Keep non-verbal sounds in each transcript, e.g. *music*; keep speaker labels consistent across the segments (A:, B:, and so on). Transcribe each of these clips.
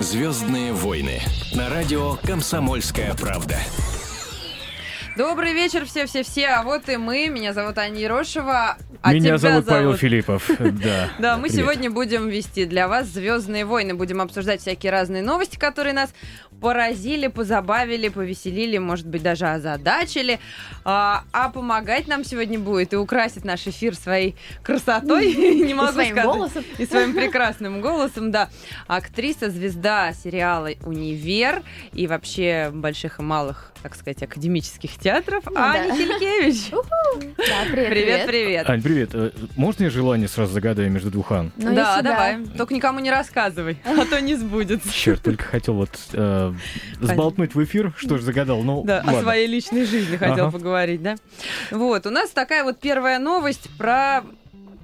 A: «Звездные войны» на радио «Комсомольская правда».
B: Добрый вечер, все-все-все. А вот и мы. Меня зовут Аня Ерошева. А тебя
C: Меня зовут Павел
B: *laughs*
C: Филиппов. Да.
B: Да, мы
C: Привет.
B: сегодня будем вести для вас Звездные войны. Будем обсуждать всякие разные новости, которые нас поразили, позабавили, повеселили, может быть, даже озадачили. А, а помогать нам сегодня будет и украсит наш эфир своей красотой. *laughs* Не могу
D: И своим
B: сказать.
D: голосом.
B: И своим прекрасным голосом, да. Актриса, звезда сериала «Универ» и вообще больших и малых, так сказать, академических театров
D: Ну
B: Аня
D: да.
B: Хилькевич.
D: Да, привет, привет.
B: Привет-привет.
C: Ань, привет. Э, Можно я желание сразу загадаю между двухан?
D: Ну,
B: да,
D: если
B: давай. Только никому не рассказывай, а то не сбудется.
C: Черт, только хотел вот э, сболтнуть в эфир, что ж загадал, ну
B: Да, о
C: ладно.
B: своей личной жизни хотел
C: Ага.
B: поговорить, да? Вот, у нас такая вот первая новость про...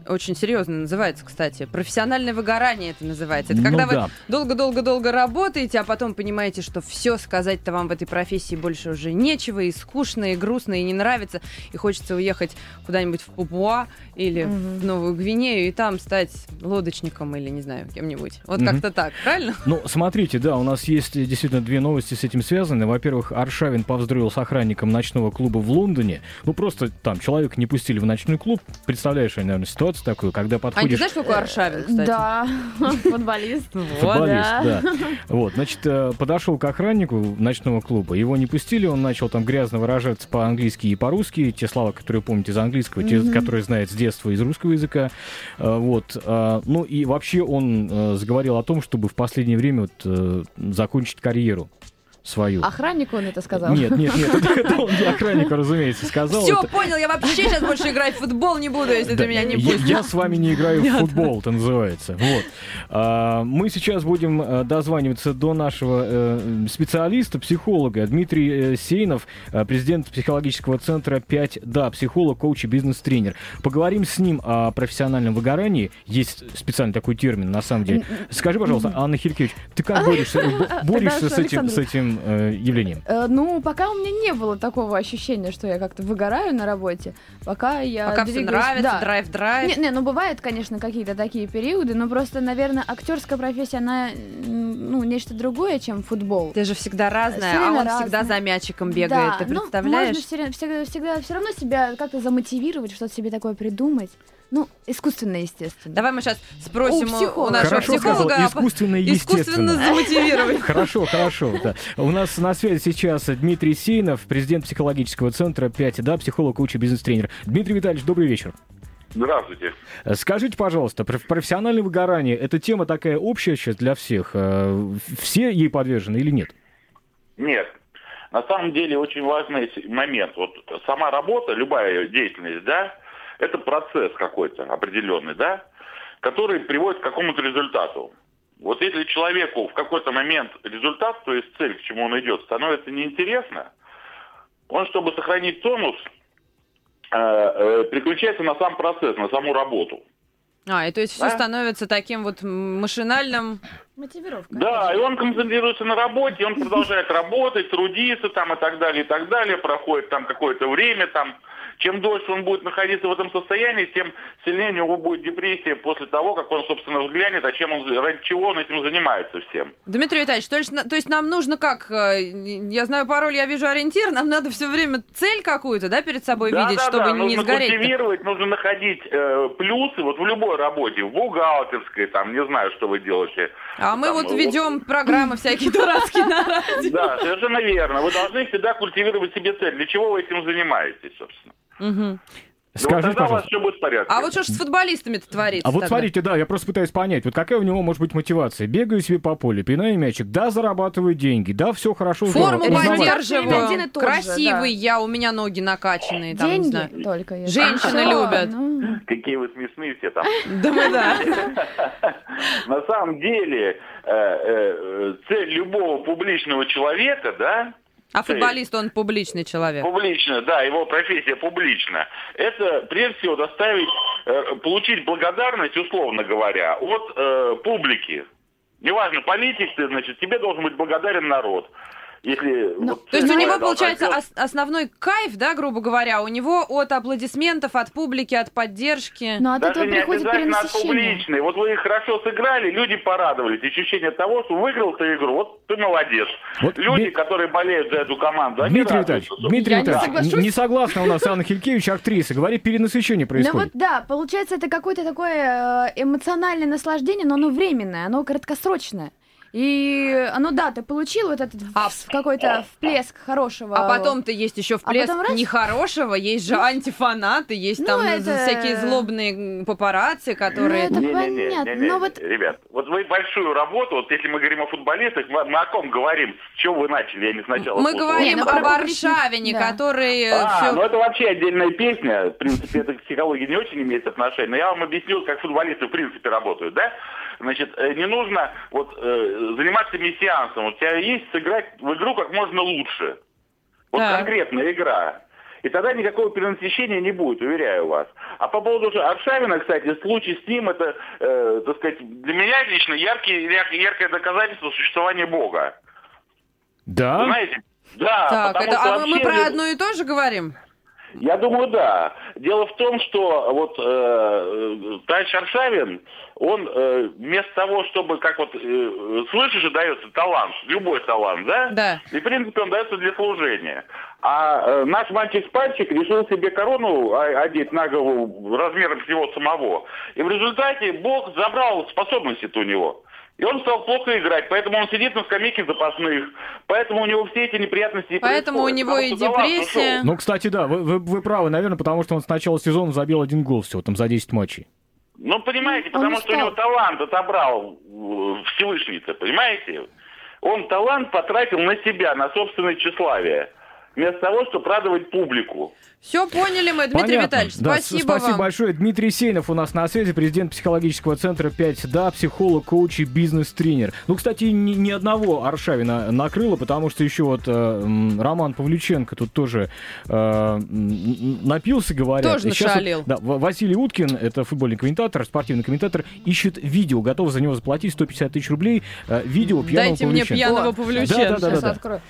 B: Очень серьезно называется, кстати. Профессиональное выгорание это называется. Это
C: Ну
B: когда вы
C: да.
B: долго-долго-долго работаете, а потом понимаете, что все сказать-то вам в этой профессии больше уже нечего, и скучно, и грустно, и не нравится, и хочется уехать куда-нибудь в Папуа или в
D: Мгм.
B: Новую Гвинею, и там стать лодочником или, не знаю, кем-нибудь. Вот
C: Мгм.
B: как-то так, правильно?
C: Ну, смотрите, да, у нас есть э, действительно две новости с этим связаны. Во-первых, Аршавин повздорил с охранником ночного клуба в Лондоне. Ну, просто там человека не пустили в ночной клуб. Представляешь, наверное, ситуацию такую, когда
D: А
B: Ань, ты
C: подходишь...
B: знаешь, какой Аршавин, кстати?
D: Э, Да, *laughs* футболист.
B: Э, Вот.
C: Футболист,
D: да.
C: да. Вот, значит, э, подошел к охраннику ночного клуба, его не пустили, он начал там грязно выражаться по-английски и по-русски, те слова, которые помните из английского, те,
D: Мгм.
C: которые знает с детства из русского языка, Э, вот. э, Ну и вообще он э, заговорил о том, чтобы в последнее время вот, э, закончить карьеру свою.
D: Охраннику он это сказал?
C: Нет, нет, нет, это, это он не
D: *laughs*
C: охраннику, разумеется, сказал.
B: Все,
C: это-
B: понял, я вообще сейчас больше играть в футбол не буду, если
C: Да,
B: ты меня не
C: я,
B: пустишь.
C: я с вами не
B: *laughs*
C: играю в футбол, это называется. Вот. А, мы сейчас будем э, дозваниваться до нашего э, специалиста, психолога Дмитрий э, Сейнов, э, президент психологического центра 5 Да, психолог, коуч и бизнес-тренер. Поговорим с ним о профессиональном выгорании. Есть специальный такой термин, на самом деле. Скажи, пожалуйста, Анна Хилькевич, ты как борешься, э,
B: А,
C: бо- борешься с
D: Прошу,
C: этим, с
D: Александр.
C: этим э, явлением?
D: Э, Ну, пока у меня не было такого ощущения, что я как-то выгораю на работе. Пока я
B: Пока все
D: двигаюсь-
B: нравится,
D: Да.
B: драйв-драйв.
D: Не, не, ну бывают, конечно, какие-то такие периоды, но просто, наверное, актерская профессия, она м, ну, нечто другое, чем футбол.
B: Ты же всегда разная,
D: Всё
B: а он
D: время
B: всегда
D: разная.
B: за мячиком бегает, ты
D: Да, ну,
B: представляешь?
D: можно всегда, всегда, все равно себя как-то замотивировать, что-то себе такое придумать. Ну, искусственно, естественно.
B: Давай мы сейчас спросим
D: У
B: у,
D: психолога.
B: нашего
C: Хорошо
B: психолога
C: сказал,
B: а по-
C: искусственно и
B: искусственно
C: естественно.
B: замотивировать.
C: Хорошо, хорошо. да. У нас на связи сейчас Дмитрий Сейнов, президент психологического центра 5, да, психолог, коуч и бизнес-тренер. Дмитрий Витальевич, добрый вечер.
E: Здравствуйте.
C: Э, Скажите, пожалуйста, проф- профессиональное выгорание – это тема такая общая сейчас для всех? Э, Все ей подвержены или нет?
E: Нет. На самом деле очень важный с- момент. Вот сама работа, любая её деятельность, да, это процесс какой-то определенный, да, который приводит к какому-то результату. Вот если человеку в какой-то момент результат, то есть цель, к чему он идет, становится неинтересно, он, чтобы сохранить тонус, э, э, переключается на сам процесс, на саму работу.
B: *laughs* А, и то есть все
E: Да.
B: становится таким вот м, машинальным.
D: Мотивировка.
E: Да, и он концентрируется на работе, он продолжает работать, трудиться там и так далее, и так далее. Проходит там какое-то время там. Чем дольше он будет находиться в этом состоянии, тем сильнее у него будет депрессия после того, как он, собственно, взглянет, а чем он, ради чего он этим занимается всем.
B: Дмитрий Витальевич, то есть, на- то есть нам нужно как? э, Я знаю пароль, я вижу ориентир, нам надо все время цель какую-то, да, перед собой видеть,
E: Да-да-да,
B: чтобы не
E: нужно
B: сгореть.
E: культивировать, нужно находить э, плюсы вот в любой работе, в бухгалтерской, там, не знаю, что вы делаете.
B: А мы
E: Там,
B: вот
E: э,
B: ведем программы всякие дурацкие на радио.
E: Да, совершенно верно. Вы должны всегда культивировать себе цель. Для чего вы этим занимаетесь, собственно?
B: *laughs* Мгм.
E: Ну, вот
C: Скажите,
E: тогда у вас
C: пожалуйста.
E: все будет в порядке.
B: А вот что ж с футболистами-то творится?
C: А вот
B: тогда?
C: смотрите, да, я просто пытаюсь понять, вот какая у него может быть мотивация? Бегаю себе по полю, пинаю мячик, да, зарабатываю деньги, да, все хорошо, здорово,
B: Форму
C: узнавать.
D: поддерживаю.
B: поддерживаю.
D: Один и тот же,
B: Красивый
D: да.
B: я, у меня ноги накачанные, там, не знаю.
D: Деньги только. если
B: Женщины
D: что,
B: любят.
D: ну.
E: Какие вы смешные все там.
B: Да, мы, *laughs* да.
E: На самом деле, э, э, э, цель любого публичного человека, да,
B: А футболист, он публичный человек.
E: публично, да, его профессия публична, это прежде всего доставить, э, получить благодарность, условно говоря, от э, публики. Неважно, политик ты, значит, тебе должен быть благодарен народ. Если...
D: Ну,
E: вот
B: То есть у
E: любая
B: него,
E: должна
B: получается,
E: сделать-
B: ос- основной кайф, да, грубо говоря, у него от аплодисментов, от публики, от поддержки.
D: Но ну, от
E: Даже
D: этого
E: не
D: приходит
E: обязательно от
D: перенасыщение.
E: публичной. Вот вы хорошо сыграли, люди порадовались. Ощущение того, что выиграл ты игру, вот ты молодец.
C: Вот
E: люди,
C: Дмит-
E: которые болеют за эту команду, они
C: Дмитрий
E: радуются.
C: Витальевич, Дмитрий
D: Я не
C: Витальевич,
D: соглашусь.
C: не согласна у нас Анна Хилькевич, актриса. Говори, перенасыщение
D: Ну вот
C: происходит.
D: да, получается, это какое-то такое э, эмоциональное наслаждение, но оно временное, оно краткосрочное. И оно, да, ты получил вот этот
B: А-
D: вс- какой-то вплеск хорошего.
B: А потом-то есть еще
D: А
B: вплеск
D: потом раз-
B: нехорошего, есть же антифанаты, есть
D: ну,
B: там
D: это-
B: всякие злобные м, папарацци, которые...
D: Ну, это
E: Не-не-не,
D: понятно,
E: не-не,
D: но вот-
E: Ребят, вот вы большую работу, вот если мы говорим о футболистах, мы, мы о ком говорим? С чего вы начали? Я не сначала.
B: Мы
E: слушал.
B: говорим
D: Не, ну,
B: о
D: про
B: Варшавине,
D: публичных- да.
B: который... э,
E: А,
B: всё-
E: ну это вообще отдельная песня. В принципе, это к психологии не очень имеет отношения. Но я вам объясню, как футболисты в принципе работают, да? Значит, э, не нужно вот э, заниматься мессианством. У тебя есть сыграть в игру как можно лучше. Вот
B: Так.
E: конкретная игра. И тогда никакого перенасыщения не будет, уверяю вас. А по поводу же Аршавина, кстати, случай с ним, это, э, так сказать, для меня лично яркий, ярк- яркое доказательство существования Бога.
C: Да?
E: Знаете? Да,
B: А? Так,
E: потому
B: это...
E: что
B: а мы- мы
E: вообще
B: про
E: люди-
B: одно и то же говорим?
E: я думаю, да. Дело в том, что вот э, э, товарищ Аршавин, он э, вместо того, чтобы, как вот, э, э, слышишь, же дается талант, любой талант, да?
B: Да.
E: И, в принципе, он дается для служения. А э, наш мальчик-пальчик решил себе корону о- одеть на голову размером с него самого. И в результате Бог забрал способности у него. И он стал плохо играть, поэтому он сидит на скамейке запасных, поэтому у него все эти неприятности и
B: Поэтому у
E: происходят,
B: него
E: потому
B: и
E: что талант
B: депрессия.
E: ушел.
C: Ну, кстати, да, вы, вы- вы правы, наверное, потому что он с начала сезона забил один гол всего, там, за 10 матчей.
E: Ну, понимаете,
D: Он
E: потому что у
D: устал.
E: него талант отобрал э, Всевышний-то, понимаете? Он талант потратил на себя, на собственное тщеславие, вместо того, чтобы радовать публику.
B: Все поняли мы, Дмитрий
C: Понятно.
B: Витальевич,
C: Да, с-
B: спасибо,
C: спасибо
B: вам.
C: большое. Дмитрий Сейнов у нас на связи, президент психологического центра 5, да, психолог, коуч и бизнес-тренер. Ну, кстати, ни, ни одного Аршавина накрыло, потому что еще вот э, м, Роман Павлюченко тут тоже э, м, напился, говорят.
B: Тоже
C: И щас вот,
B: нашалил.
C: да, Ва- Василий Уткин, это футбольный комментатор, спортивный комментатор, ищет видео, готов за него заплатить 150 тысяч рублей. Э, видео пьяного
B: Дайте мне
C: Павлюченко.
B: пьяного
D: О,
B: Павлюченко.
C: Да-да-да.
D: Сейчас открою.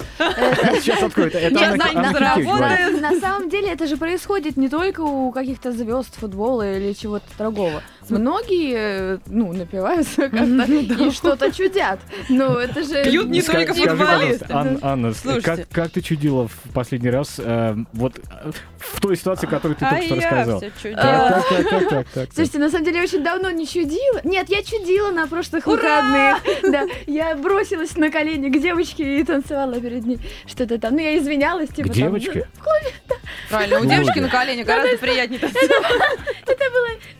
C: Сейчас открою. Это- это
B: Я
C: Анна-
B: знаю,
C: Анна
B: не
C: Киркевич говорит.
B: заработаю.
D: На самом деле это же происходит не только у каких-то звезд футбола или чего-то другого. Многие, э, ну, напиваются как-то и что-то чудят. Ну, это же...
B: Пьют не
C: Ска-
B: только
C: скажи,
B: футболисты.
C: пожалуйста, Ан- Анна, с-
B: Слушайте.
C: как, как ты чудила в последний раз э, вот э, в той ситуации, которую ты
B: А
C: только что
B: я
C: рассказал?
B: все
D: А.
C: Так, так, так, так, так, так.
D: Слушайте, на самом деле я очень давно не чудила. Нет, я чудила на прошлых выходных. Да, я бросилась на колени к девочке и танцевала перед ней что-то там. Ну, я извинялась,
C: К
D: типа там,
C: девочке?
B: Правильно, у
C: Ой.
B: девочки на коленях гораздо приятнее.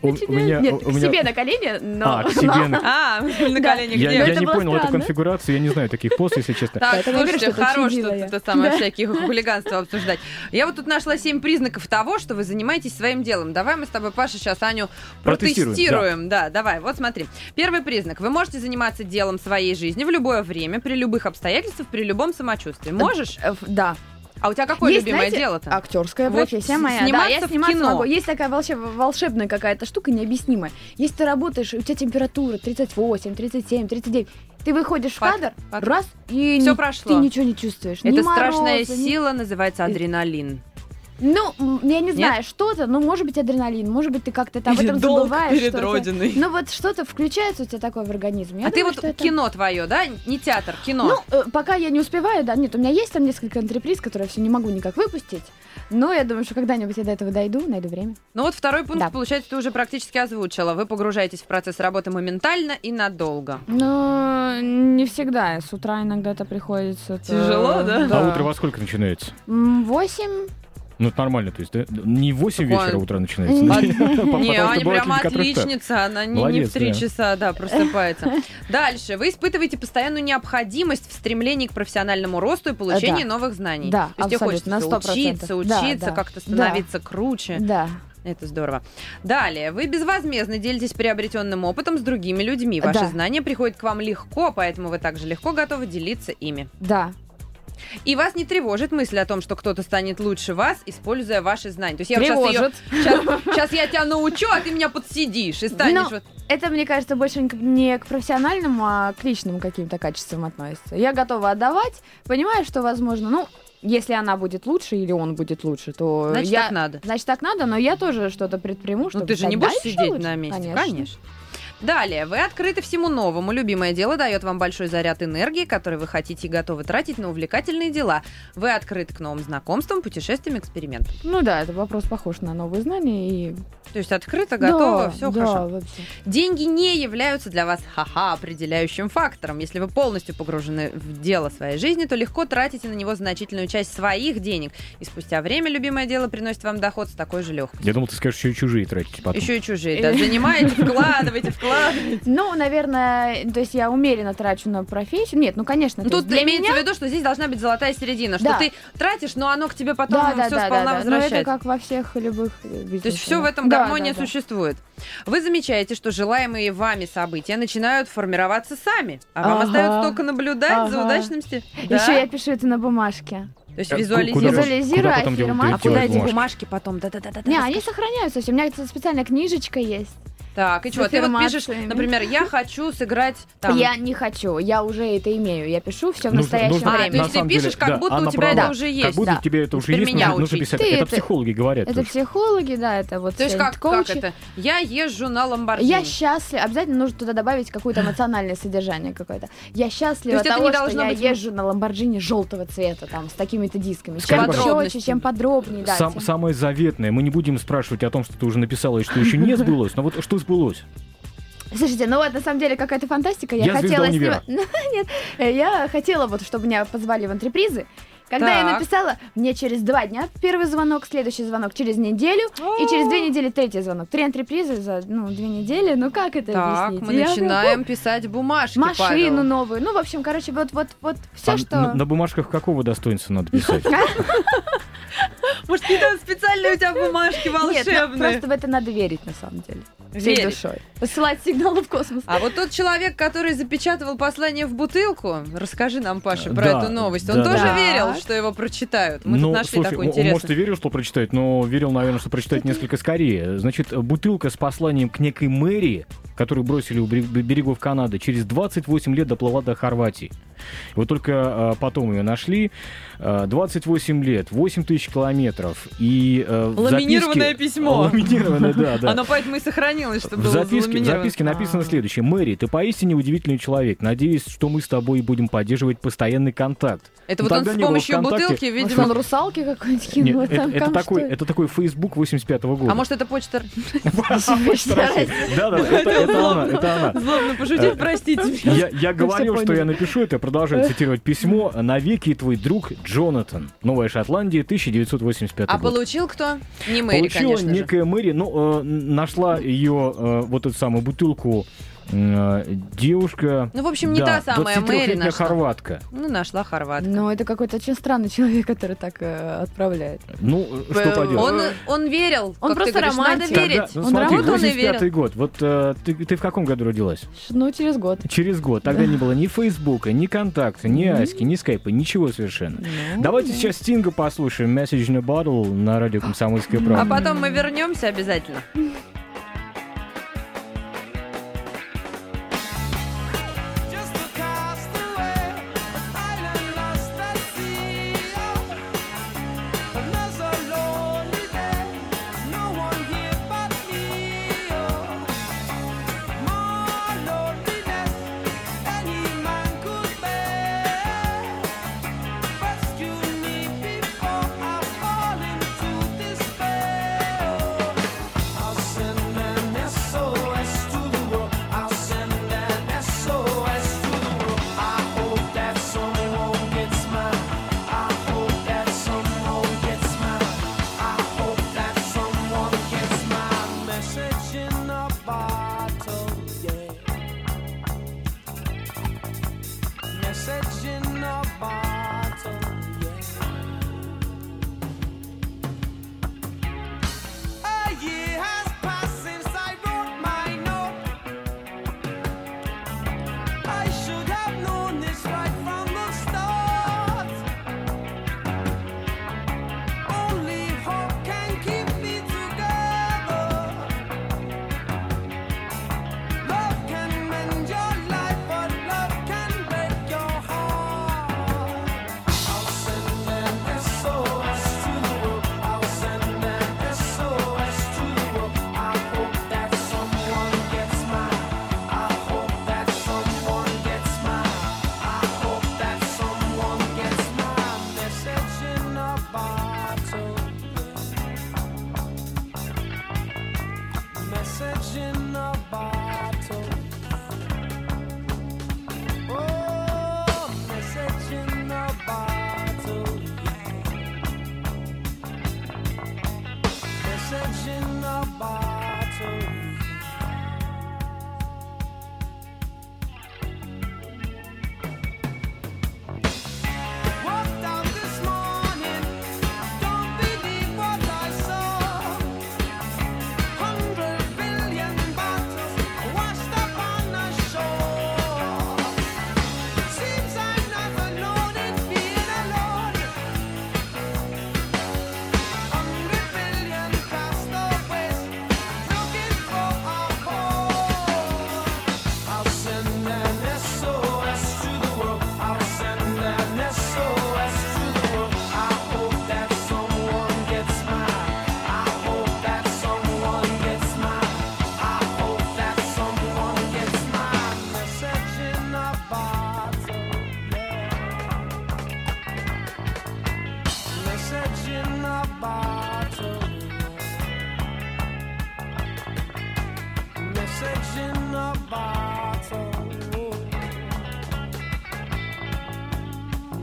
C: У,
D: ну,
C: у
D: чуть-
C: меня,
D: Нет,
C: у-
D: к
C: у меня-
D: себе на колени, но...
C: А, к себе.
D: *laughs*
C: на-
B: ну, *laughs* А, на
D: Да.
B: коленях
C: Я, я
B: девочки.
D: это
C: не
D: было
C: понял эту
D: странно.
C: конфигурацию, я не знаю таких пост, если честно.
B: Так,
D: Поэтому я говорю,
B: слушайте,
D: что это
B: хорош
D: чудило
B: тут
D: я.
B: это самое
D: Да.
B: всякие хулиганства обсуждать. Я вот тут нашла семь признаков того, что вы занимаетесь своим делом. Давай мы с тобой, Паша, сейчас Аню
C: Протестируем,
B: протестируем. Да. давай, вот смотри. Первый признак. Вы можете заниматься делом своей жизни в любое время, при любых обстоятельствах, при любом самочувствии. Можешь?
D: Э, ф- Да.
B: А у тебя какое
D: Есть,
B: любимое
D: знаете, а,
B: дело-то?
D: Актерская
B: Вот
D: профессия
B: с-
D: моя. Да,
B: сниматься
D: я
B: в
D: сниматься
B: кино.
D: могу. Есть такая волшеб- волшебная какая-то штука необъяснимая. Если ты работаешь, и у тебя температура 38, 37, 39, ты выходишь
B: Факт,
D: в кадр,
B: факт.
D: раз, и
B: Всё
D: ни-
B: прошло.
D: ты ничего не Э, чувствуешь. Ни
B: Это страшная
D: мороза, ни-
B: сила, называется адреналин.
D: Ну, м, я не знаю, что-то, ну, может быть, адреналин, может быть, ты как-то там об этом забываешь. что у тебя- Ну, вот что-то включается у тебя такое в организме. Я
B: а ты
D: думаю,
B: вот
D: что это-
B: кино твое, да? Не театр, кино.
D: Ну, э, пока я не успеваю, да, нет, у меня есть там несколько антреприз, которые я все не могу никак выпустить, но я думаю, что когда-нибудь я до этого дойду, найду время.
B: Ну вот второй пункт,
D: Да.
B: получается, ты уже практически озвучила. Вы погружаетесь в процесс работы моментально и надолго.
D: Ну, не всегда. С утра иногда это приходится.
B: Тяжело, да?
C: А утро во сколько начинается?
D: Восемь.
C: Ну, это нормально, то есть, да? Не в 8
B: Такое-
C: вечера утро начинается.
B: *laughs*
D: Не,
B: не,
C: *laughs* Потому
B: Аня
C: что бывают
B: прямо
C: люди, которые в так.
B: отличница, она не, не
C: Молодец,
B: в три
C: да.
B: часа, да,
D: *laughs*
B: просыпается. Дальше, вы испытываете постоянную необходимость в стремлении к профессиональному росту и получению
D: Да.
B: новых знаний.
D: Да,
B: То есть тебе
D: абсолютно,
B: хочется
D: на 100%.
B: учиться,
D: Да,
B: учиться,
D: да.
B: как-то
D: Да.
B: становиться круче.
D: Да.
B: Это здорово. Далее. Вы безвозмездно делитесь приобретенным опытом с другими людьми. Ваши
D: Да.
B: знания приходят к вам легко, поэтому вы также легко готовы делиться ими.
D: Да.
B: И вас не тревожит мысль о том, что кто-то станет лучше вас, используя ваши знания. То есть я вот
D: Тревожит. Ну,
B: сейчас ее... Сейчас я тебя научу, а ты меня подсидишь и станешь
D: Но-
B: вот...
D: Это, мне кажется, больше не к- не к профессиональным, а к личным каким-то качествам относится. Я готова отдавать, понимаю, что, возможно, ну, если она будет лучше или он будет лучше, то
B: Значит,
D: я...
B: так надо.
D: Значит, так надо, но я тоже что-то предприму, чтобы
B: Ну ты же
D: стать
B: не будешь
D: дальше
B: сидеть
D: лучше.
B: на месте,
D: Конечно.
B: конечно. Далее, вы открыты всему новому. Любимое дело дает вам большой заряд энергии, который вы хотите и готовы тратить на увлекательные дела. Вы открыты к новым знакомствам, путешествиям, экспериментам.
D: Ну да, это вопрос похож на новые знания и...
B: То есть открыто, готово,
D: Да,
B: все
D: да,
B: хорошо.
D: вообще.
B: Деньги не являются для вас ха-ха определяющим фактором. Если вы полностью погружены в дело своей жизни, то легко тратите на него значительную часть своих денег. И спустя время любимое дело приносит вам доход с такой же легкостью.
C: Я думал, ты скажешь, что и чужие тратите потом.
B: Еще и чужие,
D: Э.
B: да, занимаете, вкладываете, вкладываете.
D: Ну, наверное, то есть я умеренно трачу на профессию. Нет, ну, конечно,
B: Ну,
D: то
B: Тут
D: есть для
B: имеется
D: меня...
B: в виду, что здесь должна быть золотая середина, что
D: Да.
B: ты тратишь, но оно к тебе потом
D: да, да,
B: все
D: да,
B: сполна
D: да, да. Но
B: возвращается.
D: это как во всех любых э, бизнесах.
B: То есть все в этом
D: Да,
B: гармонии
D: да, да.
B: существует. Вы замечаете, что желаемые вами события начинают формироваться сами, а вам
D: Ага.
B: остается только наблюдать за
D: Ага.
B: удачным сте-
D: Еще
B: Да.
D: я пишу это на бумажке.
B: То есть
C: Э, ку-
B: визуализировать.
C: куда пос-
D: Визуализирую
C: куда потом
D: аффирмацию.
C: делать-
B: А куда
C: делать
B: эти
C: бумажки?
B: бумажки потом? Да-да-да-да.
D: Не, они сохраняются все. У меня кстати, специальная книжечка есть.
B: Так, и
D: с
B: что? Ты вот пишешь,
D: аффирмациями.
B: например, я хочу сыграть там.
D: Я не хочу, я уже это имею. Я пишу все в
C: Нужно-
D: настоящем
C: нужно-
B: А, то
D: времени.
C: на
B: есть ты
C: самом
B: пишешь,
C: деле,
B: как
C: да,
B: будто
C: она
B: у тебя
C: права.
B: это уже
C: Как
B: есть.
C: будто
D: да.
C: у тебя это уже
B: Теперь
C: есть,
B: меня
C: нужно, нужно
B: учить.
C: писать.
D: Ты
C: это
D: это-
C: психологи говорят.
D: Это
C: тоже.
D: психологи, да, это вот.
B: А, То есть
D: э,
B: как, как
D: коучи.
B: это? Я езжу на Ламборгини.
D: Я счастлива. Обязательно нужно туда добавить какое-то эмоциональное содержание какое-то. Я счастлива
B: То есть это
D: того,
B: не
D: что
B: должно
D: я
B: быть-
D: езжу на ламборджини желтого цвета, там, с такими-то дисками.
C: С
D: Чем
B: подробностями.
D: четче, чем подробнее, да.
C: Сам-
D: тем-
C: самое заветное. Мы не будем спрашивать о том, что ты уже написала и что еще не сбылось, но вот что сбылось.
D: Слушайте, ну вот на самом деле какая-то фантастика. Я,
C: Я звезда
D: хотела
C: универа.
D: *laughs* снимать. Нет, э, я хотела вот, чтобы меня позвали в антрепризы. Когда я
B: Так.
D: написала, мне через два дня первый звонок, следующий звонок через неделю, и через две недели третий звонок. Три антрепризы за ну, две недели. Ну как это
B: Так,
D: объяснить?
B: мы
D: Я
B: начинаем писать бумажки,
D: прям, «Ух, машину
B: Павел.
D: новую. Ну, в общем, короче, вот вот вот все,
C: А
D: что.
C: на, на бумажках какого достоинства надо писать?
B: Может, ты там специально у тебя бумажки
D: Нет, ну,
B: волшебные?
D: просто в это надо верить на самом деле. Всей
B: Веришь.
D: душой. Посылать сигналы в космос.
B: А вот тот человек, который запечатывал послание в бутылку, расскажи нам, Паша, про
C: Э, Да,
B: эту новость.
C: да,
B: Он тоже
D: да.
B: верил,
D: Так.
B: что его прочитают. Мы
C: ну,
B: тут нашли
C: слушай, он-
B: такой
C: он,
B: интересный.
C: может, и верил, что прочитает, но верил, наверное, что прочитает несколько скорее. Значит, бутылка с посланием к некой мэрии, которую бросили у бре- берегов Канады, через 28 лет доплыла до Хорватии. И Вот только э, потом ее нашли. Э, 28 лет, 8 тысяч километров. И, э, в
B: Ламинированное
C: записке-
B: письмо.
C: Ламинированное, да, да.
B: *laughs* Оно поэтому и сохранилось, что
C: В
B: было
C: записке, в
B: заламинировано.
C: записке написано
D: А.
C: следующее. Мэри, ты поистине удивительный человек. Надеюсь, что мы с тобой будем поддерживать постоянный контакт.
B: Это
C: Ну,
B: вот он
C: тогда
B: с
C: не было
B: помощью
C: ВКонтакте.
B: бутылки,
D: Может,
C: *laughs*
B: видимо...
D: он русалки какой-нибудь
C: Нет,
D: кинул?
C: это,
D: там,
C: это
D: там
C: такой,
D: что?
C: *laughs* это такой Facebook 85-го года.
B: А может, это почта?
C: Да,
D: *laughs*
C: да, это, это она, это она.
B: Злобно пошутил, простите
C: Я,
B: меня.
C: я говорил,
D: всё
C: что я
D: поняли.
C: напишу это, продолжаю цитировать письмо. «Навеки твой друг Джонатан. Новая Шотландия, 1985
B: А
C: год».
B: получил кто? Не Мэри,
C: Получила
B: конечно же.
C: некая Мэри, ну, э, нашла ее, э, вот эту самую бутылку, э, девушка...
B: Ну, в общем, не
C: да,
B: та самая Мэри
C: 23-летняя
B: нашла.
C: хорватка.
B: Ну, нашла хорватка.
D: Ну, это какой-то очень странный человек, который так э, отправляет.
C: Ну, э, что
D: Э,
C: поделать.
B: Он, он верил. как
D: Он
B: ты
D: просто
B: говоришь, надо
D: романтик.
B: верить.
C: Тогда- ну,
D: Он
C: смотри,
D: работал,
B: он и верил.
C: 85-й год. Вот э, ты, ты в каком году родилась?
D: Ш- Ну, через год.
C: Через год. Тогда не было ни Фейсбука, ни Контакта, ни Аськи, ни Скайпа, ничего совершенно.
D: Ну,
C: Давайте
D: да.
C: сейчас Стинга послушаем Message in a Bottle на радио Комсомольская
B: А
C: правда.
B: потом мы вернемся обязательно.
F: Just a castaway, an island lost at sea. Oh, another lonely day, no one here but me. Oh, more loneliness than any man could bear. Rescue me before I fall into despair. Oh, I'll send an SOS to the world. I'll send an SOS to the world. I hope that someone gets mine. I hope that someone gets mine. I hope that someone gets my message in a bottle. Yeah. Message in a bottle. Yeah. A year has passed since I wrote my note. I should have known this right from the start. Oh,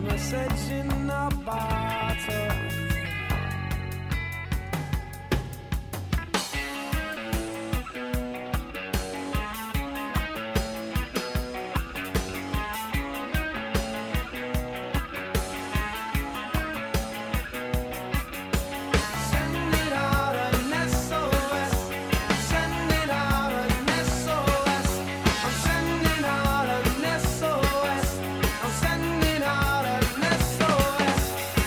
F: message in a bottle. Send it out an SOS. Send it out an SOS. I'm sending out an SOS. I'm sending out an SOS.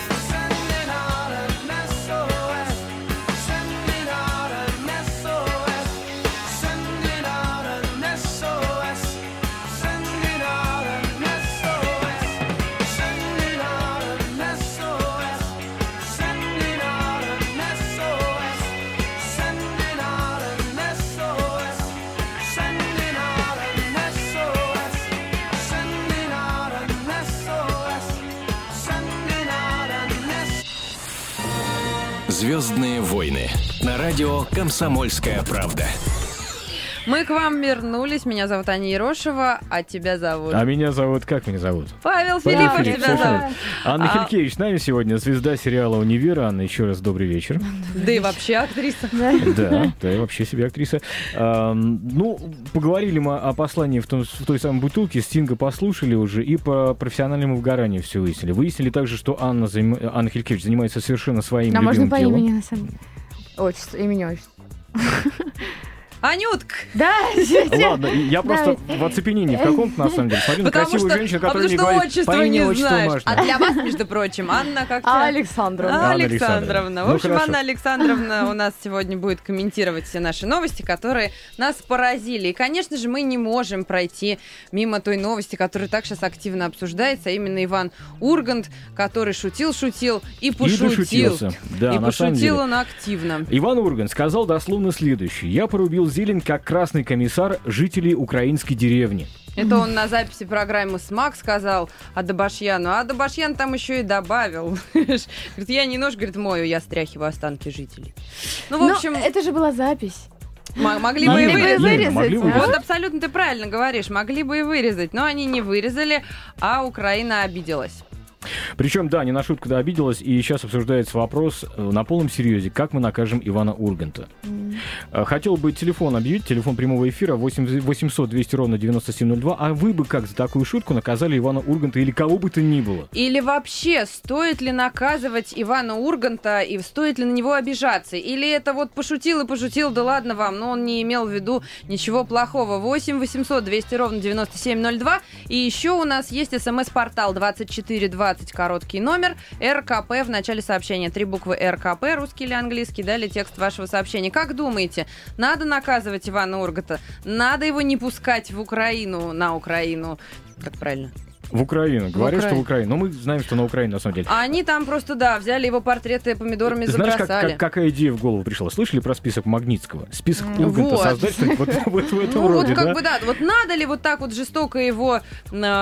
F: I'm sending out an SOS. I'm sending out an SOS. Sending out an SOS. Sending out an SOS. Sending out an SOS. Sending out an SOS. Sending out an SOS. Sending out an SOS. Sending out an SOS. Sending out an SOS.
A: «Звездные войны» на радио «Комсомольская правда».
B: Мы к вам вернулись. Меня зовут Аня Ерошева, а тебя зовут...
C: А меня зовут, как меня зовут?
B: Павел
C: Павел
B: Филиппов
C: Филипп,
B: тебя
C: слушаю.
B: зовут.
C: Анна
B: А-
C: Хилькевич с нами сегодня, звезда сериала «Универ». Анна, еще раз добрый вечер.
B: Да и вообще актриса.
C: Да, да, и вообще себе актриса. Эм, Ну, поговорили мы о послании в, том- в той самой бутылке, Стинга послушали уже, и по профессиональному вгоранию все выяснили. Выяснили также, что Анна, занима- Анна Хилькевич занимается совершенно своим
G: А можно
C: любимым
G: по
C: делом.
G: имени, на самом деле.
D: Отчество, имени отчество.
B: Анютка!
D: *laughs*
G: Да, извините.
C: Ладно, и я просто в оцепенении в каком-то, на самом деле. Смотрю на
B: Потому
C: красивую
B: что,
C: женщину,
B: а
C: которая
B: потому
C: не
B: что
C: говорит
B: отчество
C: по имени,
B: не
C: отчеству
B: знаешь.
C: можно.
B: А для вас, между прочим, Анна как тебя?
D: А Александровна.
B: А,
C: Анна Александровна.
B: Александровна. В
C: Ну,
B: общем,
C: хорошо.
B: Анна Александровна у нас сегодня будет комментировать все наши новости, которые нас поразили. И, конечно же, мы не можем пройти мимо той новости, которая так сейчас активно обсуждается, а именно Иван Ургант, который шутил-шутил и
C: И
B: пошутил.
C: дошутился. Да,
B: и
C: на самом деле.
B: пошутил он активно.
C: Иван Ургант сказал дословно следующее. «Я порубил зелень, как красный комиссар жителей украинской деревни».
B: Это он на записи программы «Смак» сказал Адабашьяну. А Адабашьян там еще и добавил. *laughs* Говорит, я не нож, говорит, мою, я стряхиваю останки жителей. Ну, в
G: Но
B: общем,
G: это же была запись.
B: м- могли бы и
G: Могли бы
B: вырезать.
G: и вырезать,
C: могли бы
G: а?
C: вырезать.
B: Вот абсолютно ты правильно говоришь. Могли бы и вырезать, но они не вырезали, а Украина обиделась.
C: Причем, да, не на шутку да, обиделась, и сейчас обсуждается вопрос э, на полном серьезе, как мы накажем Ивана Урганта. Э, Хотел бы телефон объявить, телефон прямого эфира 8 800 200 ровно 9702, а вы бы как за такую шутку наказали Ивана Урганта или кого бы то ни было?
B: Или вообще, стоит ли наказывать Ивана Урганта и стоит ли на него обижаться? Или это вот пошутил и пошутил, да ладно вам, но он не имел в виду ничего плохого. 8 800 200 ровно 9702. И еще у нас есть смс-портал 2420, короткий номер, РКП в начале сообщения. Три буквы РКП, русский или английский, далее текст вашего сообщения. Как думаете, надо наказывать Ивана Урганта? Надо его не пускать в Украину, на Украину? Как правильно?
C: В Украину. Говорю, что в
B: Украину.
C: Украину. Но мы знаем, что на Украине на самом деле.
B: А они там просто, да, взяли его портреты помидорами
C: Знаешь, как-
B: забросали.
C: как- какая идея в голову пришла? Слышали про список Магнитского? Список Урганта
B: вот.
C: создать что-нибудь вот, *laughs* вот в этом
B: Ну,
C: роде,
B: вот как
C: да?
B: бы, да, вот надо ли вот так вот жестоко его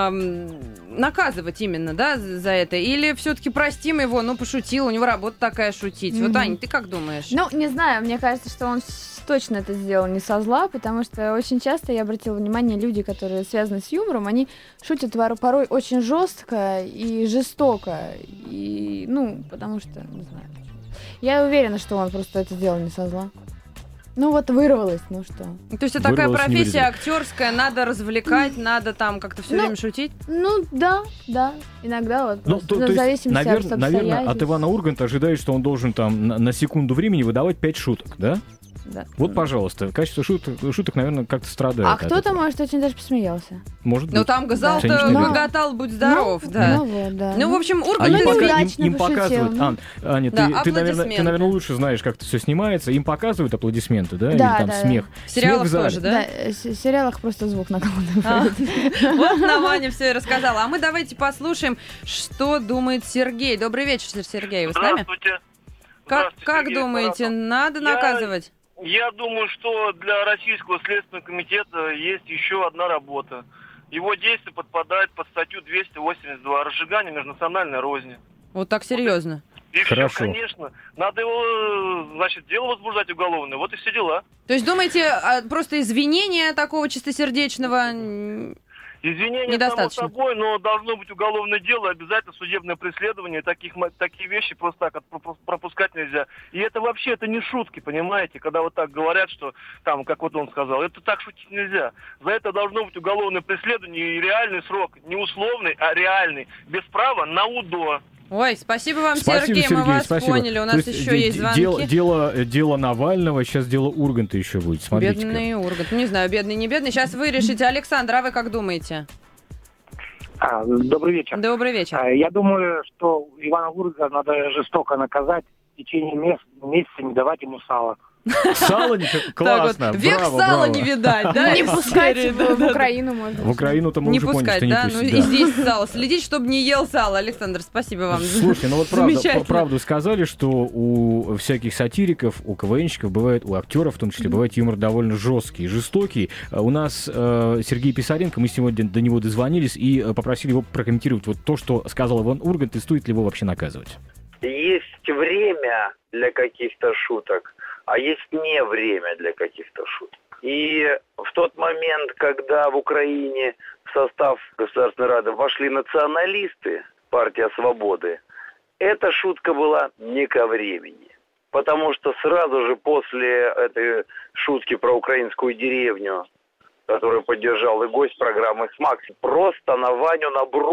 B: эм, наказывать именно, да, за за это? Или все-таки простим его, ну, пошутил, у него работа такая шутить. Вот,
G: Мгм.
B: Аня, ты как думаешь?
D: Ну, не знаю, мне кажется, что он с- точно это сделал не со зла, потому что очень часто я обратила внимание, люди, которые связаны с юмором, они шутят воро- порой очень жестко и жестоко. И, ну, потому что, не знаю. Я уверена, что он просто это сделал не со зла. Ну вот вырвалось, ну что.
B: То есть это такая
C: вырвалось, не
B: профессия
C: вырезали.
B: актерская, надо развлекать, надо там как-то все
D: Ну,
B: время шутить.
D: Ну да, да. Иногда вот
C: Ну,
D: просто,
C: то,
D: ну,
C: то
D: в
C: есть,
D: зависимости
C: навер-
D: от
C: наверное, от
D: обстоятельств.
C: Ивана Урганта ожидают, что он должен там на, на секунду времени выдавать пять шуток, да?
D: Да.
C: Вот, пожалуйста, качество шуток, шуток наверное, как-то страдает.
D: А
C: от
D: кто-то,
C: этого.
D: может, очень даже посмеялся.
C: Может быть.
B: Ну, там газал-то
C: Конечно,
D: да.
B: гоготал, будь здоров,
D: ну,
B: да.
D: Ну, вот, да.
B: Ну, в общем,
C: А
B: Ургант...
C: им,
D: Ну,
C: пока- им-
D: неудачно
C: им
D: пошутил,
C: показывают,
D: ну.
C: Ан, Аня, ты,
B: Да,
C: ты, наверное, ты,
B: аплодисменты.
C: наверное, лучше знаешь, как это все снимается. Им показывают аплодисменты, да? Или
D: Да,
C: там
D: да, да.
C: смех.
B: В
C: Смех
B: сериалах
C: в зале.
B: тоже, да?
D: Да, э, с- в сериалах просто звук накладывают.
B: А, Вот нам Аня все и рассказала. А мы давайте послушаем, что думает Сергей. Добрый вечер, Сергей. Вы с нами?
H: Здравствуйте.
B: Как,
H: Здравствуйте,
B: как
H: Сергей
B: думаете,
H: Саратов.
B: надо
H: Я-
B: наказывать?
H: Я думаю, что для Российского Следственного комитета есть еще одна работа. Его действие подпадает под статью 282 «Разжигание межнациональной розни».
B: Вот так серьезно.
H: И всё,
C: Хорошо.
H: конечно. Надо его, э, значит, дело возбуждать уголовное. Вот и все дела.
B: То есть думаете, а, просто извинения такого чистосердечного? м,
H: Извинения, само
B: Недостаточно.
H: собой, но должно быть уголовное дело, обязательно судебное преследование. Таких, мо- такие вещи просто так от- пропу- пропускать нельзя. И это вообще, это не шутки, понимаете, когда вот так говорят, что там, как вот он сказал, это так шутить нельзя. За это должно быть уголовное преследование и реальный срок. Не условный, а реальный. Без права на УДО.
B: Ой, спасибо вам,
C: Спасибо,
B: Сергей, мы вас
C: спасибо.
B: поняли. У
C: То
B: нас
C: есть
B: еще
C: де-
B: есть
C: де-
B: звонки.
C: Дело, дело, дело Навального, сейчас дело Урганта еще будет. Смотрите.
B: Бедный Ургант. Не знаю, бедный, не бедный. Сейчас вы решите. Александр, а вы как думаете?
I: А, добрый вечер.
B: Добрый вечер.
I: А, Я думаю, что Ивана Урга надо жестоко наказать в течение мес- месяца не давать ему сала.
C: Сало не- классно.
B: Так вот, век
C: браво,
B: сала
C: браво.
B: не видать, Ну,
C: *laughs*
B: да? *laughs*
D: Не
B: из
D: пускать
B: серии,
D: его в
B: да-да-да.
D: Украину, можно.
C: В Украину-то мы
B: Не
C: уже поняли,
B: пускать,
C: что не
B: да? Ну
C: пустить,
B: и
C: да.
B: здесь сало. Следить, чтобы не ел сало. Александр, спасибо вам.
C: Слушай, ну вот правда,
B: Замечательно.
C: по- правду сказали, что у всяких сатириков, у КВНщиков бывает, у актеров в том числе, бывает юмор довольно жесткий, жестокий. А У нас э, Сергей Писаренко, мы сегодня до него дозвонились и э, попросили его прокомментировать вот то, что сказал Иван Ургант, и стоит ли его вообще наказывать.
J: есть время для каких-то шуток, а есть не время для каких-то шуток. И в тот момент, когда в Украине в состав Государственной Рады вошли националисты, партия свободы, эта шутка была не ко времени. Потому что сразу же после этой шутки про украинскую деревню, которую поддержал и гость программы «Смак», просто на Ваню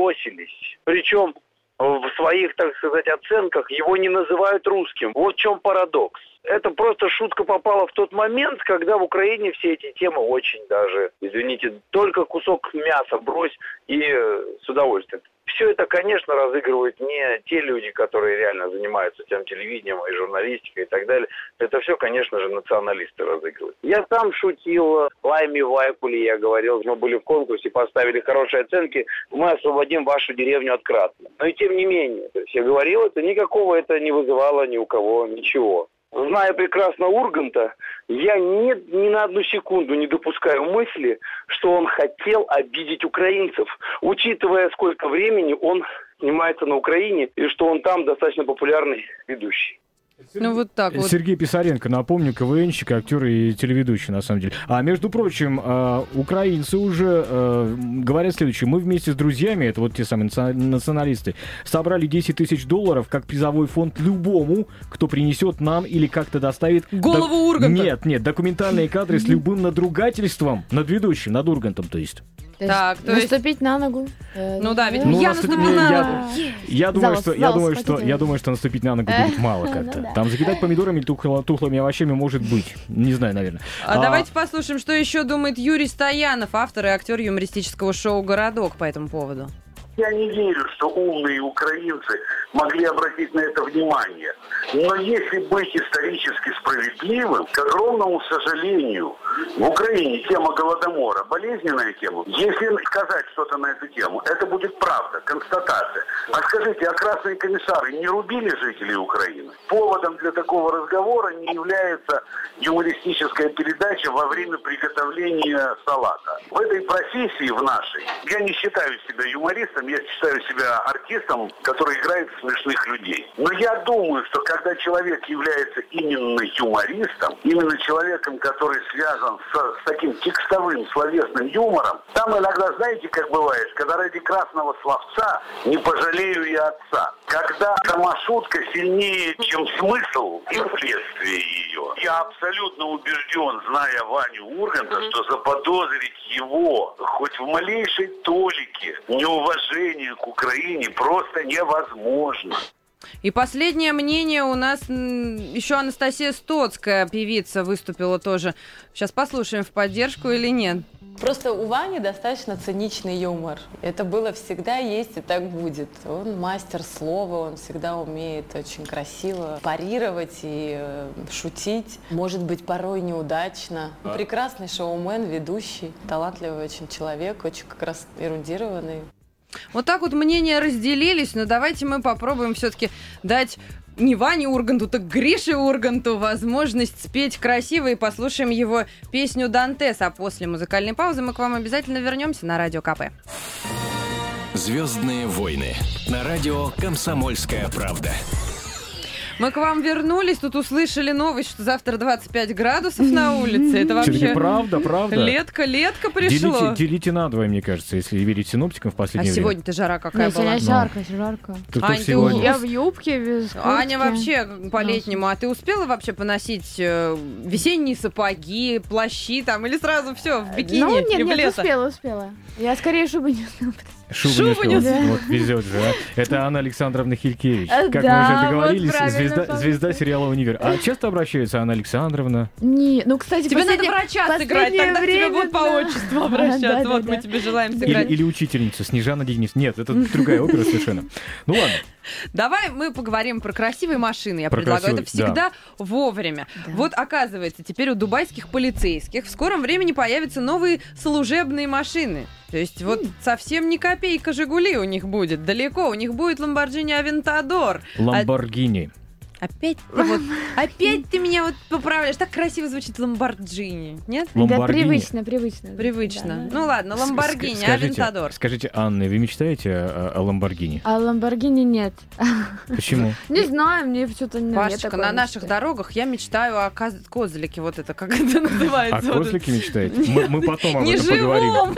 J: набросились. Причем в своих, так сказать, оценках его не называют русским. Вот в чем парадокс. Это просто шутка попала в тот момент, когда в Украине все эти темы очень даже, извините, только кусок мяса брось и э, с удовольствием. Все это, конечно, разыгрывают не те люди, которые реально занимаются тем телевидением и журналистикой и так далее. Это все, конечно же, националисты разыгрывают. Я сам шутил Лайми Вайкули, я говорил, мы были в конкурсе, поставили хорошие оценки, мы освободим вашу деревню от Кратна. Но и тем не менее, то есть я говорил это, никакого это не вызывало ни у кого ничего. Зная прекрасно Урганта, я ни, ни на одну секунду не допускаю мысли, что он хотел обидеть украинцев, учитывая, сколько времени он снимается на Украине и что он там достаточно популярный ведущий.
B: Ну вот так вот.
C: Э, Сергей Писаренко, напомню, КВНщик, актер и телеведущий, на самом деле. А между прочим, э, украинцы уже э, говорят следующее. Мы вместе с друзьями, это вот те самые наци- националисты, собрали 10 тысяч долларов как призовой фонд любому, кто принесет нам или как-то доставит...
B: Голову
C: док-
B: Урганта.
C: Нет, нет, документальные кадры с любым надругательством над ведущим, над Ургантом, то есть.
B: Так, то есть-
D: Наступить на ногу. Э,
B: Ну да, ведь
C: Ну,
B: Янус
C: наступ-
B: напоминала.
C: Я думаю,
D: Зал,
C: что, я
D: зал,
C: думаю, что,
D: смотрите. Э? Ну
C: я думаю, что наступить на ногу будет
D: *laughs*
C: мало как-то.
D: да.
C: Там закидать помидорами или тухло- тухлыми овощами может быть. Не знаю, наверное.
B: А
C: А.
B: давайте послушаем, что еще думает Юрий Стоянов, автор и актер юмористического шоу «Городок» по этому поводу.
K: Я не верю, что умные украинцы могли обратить на это внимание. Но если быть исторически справедливым, к огромному сожалению, в Украине тема Голодомора, болезненная тема, если сказать что-то на эту тему, это будет правда, констатация. А скажите, а красные комиссары не рубили жителей Украины? Поводом для такого разговора не является юмористическая передача во время приготовления салата. В этой профессии, в нашей, я не считаю себя юмористом, я считаю себя артистом, который играет смешных людей. Но я думаю, что когда человек является именно юмористом, именно человеком, который связан с, с таким текстовым, словесным юмором, там иногда, знаете, как бывает, когда ради красного словца не пожалею я отца. Когда сама шутка сильнее, чем смысл и следствие ее. Я абсолютно убежден, зная Ваню Урганта, что заподозрить его хоть в малейшей толике неуважения к Украине просто невозможно.
B: И последнее мнение у нас м, еще Анастасия Стоцкая, певица, выступила тоже. Сейчас послушаем, в поддержку или нет.
L: Просто у Вани достаточно циничный юмор. Это было всегда есть и так будет. Он мастер слова, он всегда умеет очень красиво парировать и э, шутить. Может быть, порой неудачно. Прекрасный шоумен, ведущий, талантливый очень человек, очень как раз эрундированный.
B: Вот так вот мнения разделились, но давайте мы попробуем все-таки дать не Ване Урганту, так Грише Урганту возможность спеть красиво и послушаем его песню «Дантес». А после музыкальной паузы мы к вам обязательно вернемся на Радио КП.
A: Звездные войны на радио Комсомольская правда.
B: Мы к вам вернулись, тут услышали новость, что завтра 25 градусов на улице. Это вообще...
C: Сергей, правда, правда?
B: Летка, летка
C: Делите,
B: пришло.
C: делите надвое, мне кажется, если верить синоптикам в
B: А
C: последнее время.
B: сегодня-то жара какая
D: Да,
B: была.
D: Ну,
B: Ну.
D: сегодня жарко, жарко.
C: Ты кто
B: Ань, ты
C: сегодня?
D: Я в юбке, без куртки.
B: Аня вообще по-летнему, а ты успела вообще поносить э, весенние сапоги, плащи там, или сразу все в бикини
D: Ну,
B: и
D: нет,
B: в
D: нет,
B: лето?
D: успела, успела. Я скорее шубы не успела.
C: Шубу
D: Шубу
C: не успела.
D: не успела.
C: Вот везет же, а. Это Анна Александровна Хилькевич.
D: Э,
C: Как мы
D: да,
C: уже
D: вот
C: договорились,
D: правильно
C: звезда,
D: помню.
C: звезда сериала «Универ». А часто обращаются Анна Александровна?
D: Не, ну, кстати,
B: Тебе надо
D: последнее-
B: врача сыграть,
D: последнее
B: тогда к тебе
D: время,
B: будут по
D: *laughs* да.
B: отчеству обращаться.
D: Да,
B: Вот
D: да,
B: мы
D: да.
B: тебе желаем
C: Или,
B: сыграть.
C: или учительница Снежана Денис? Нет, это
D: *laughs*
C: другая опера совершенно. Ну ладно.
B: Давай мы поговорим про красивые машины. Я
C: Про
B: предлагаю.
C: красивые,
B: Это всегда вовремя. Вот оказывается, теперь у дубайских полицейских в скором времени появятся новые служебные машины. То есть вот совсем не копейка Жигули у них будет. Далеко у них будет Ламборджини Авентадор.
C: Ламборгини.
B: Опять ты вот, *laughs* опять ты меня вот поправляешь. Так красиво звучит Ламборджини, нет?
D: Да,
C: Ламборгини.
D: привычно, привычно.
B: Привычно. Ну ладно,
C: Ск- ск-
B: Ламборгини,
C: скажите-
B: Авентадор.
C: Скажите, Анна, вы мечтаете о, о Ламборгини?
D: А Ламборгини нет.
B: *laughs*
C: Почему?
D: Не знаю, мне что-то не
B: Пашечка, на наших дорогах я мечтаю о коз- козлике, вот это как *laughs* это называется.
C: О
B: вот это.
C: козлике А мечтаете? Мы, мы потом об
B: Не
C: этом поговорим. А
B: живом!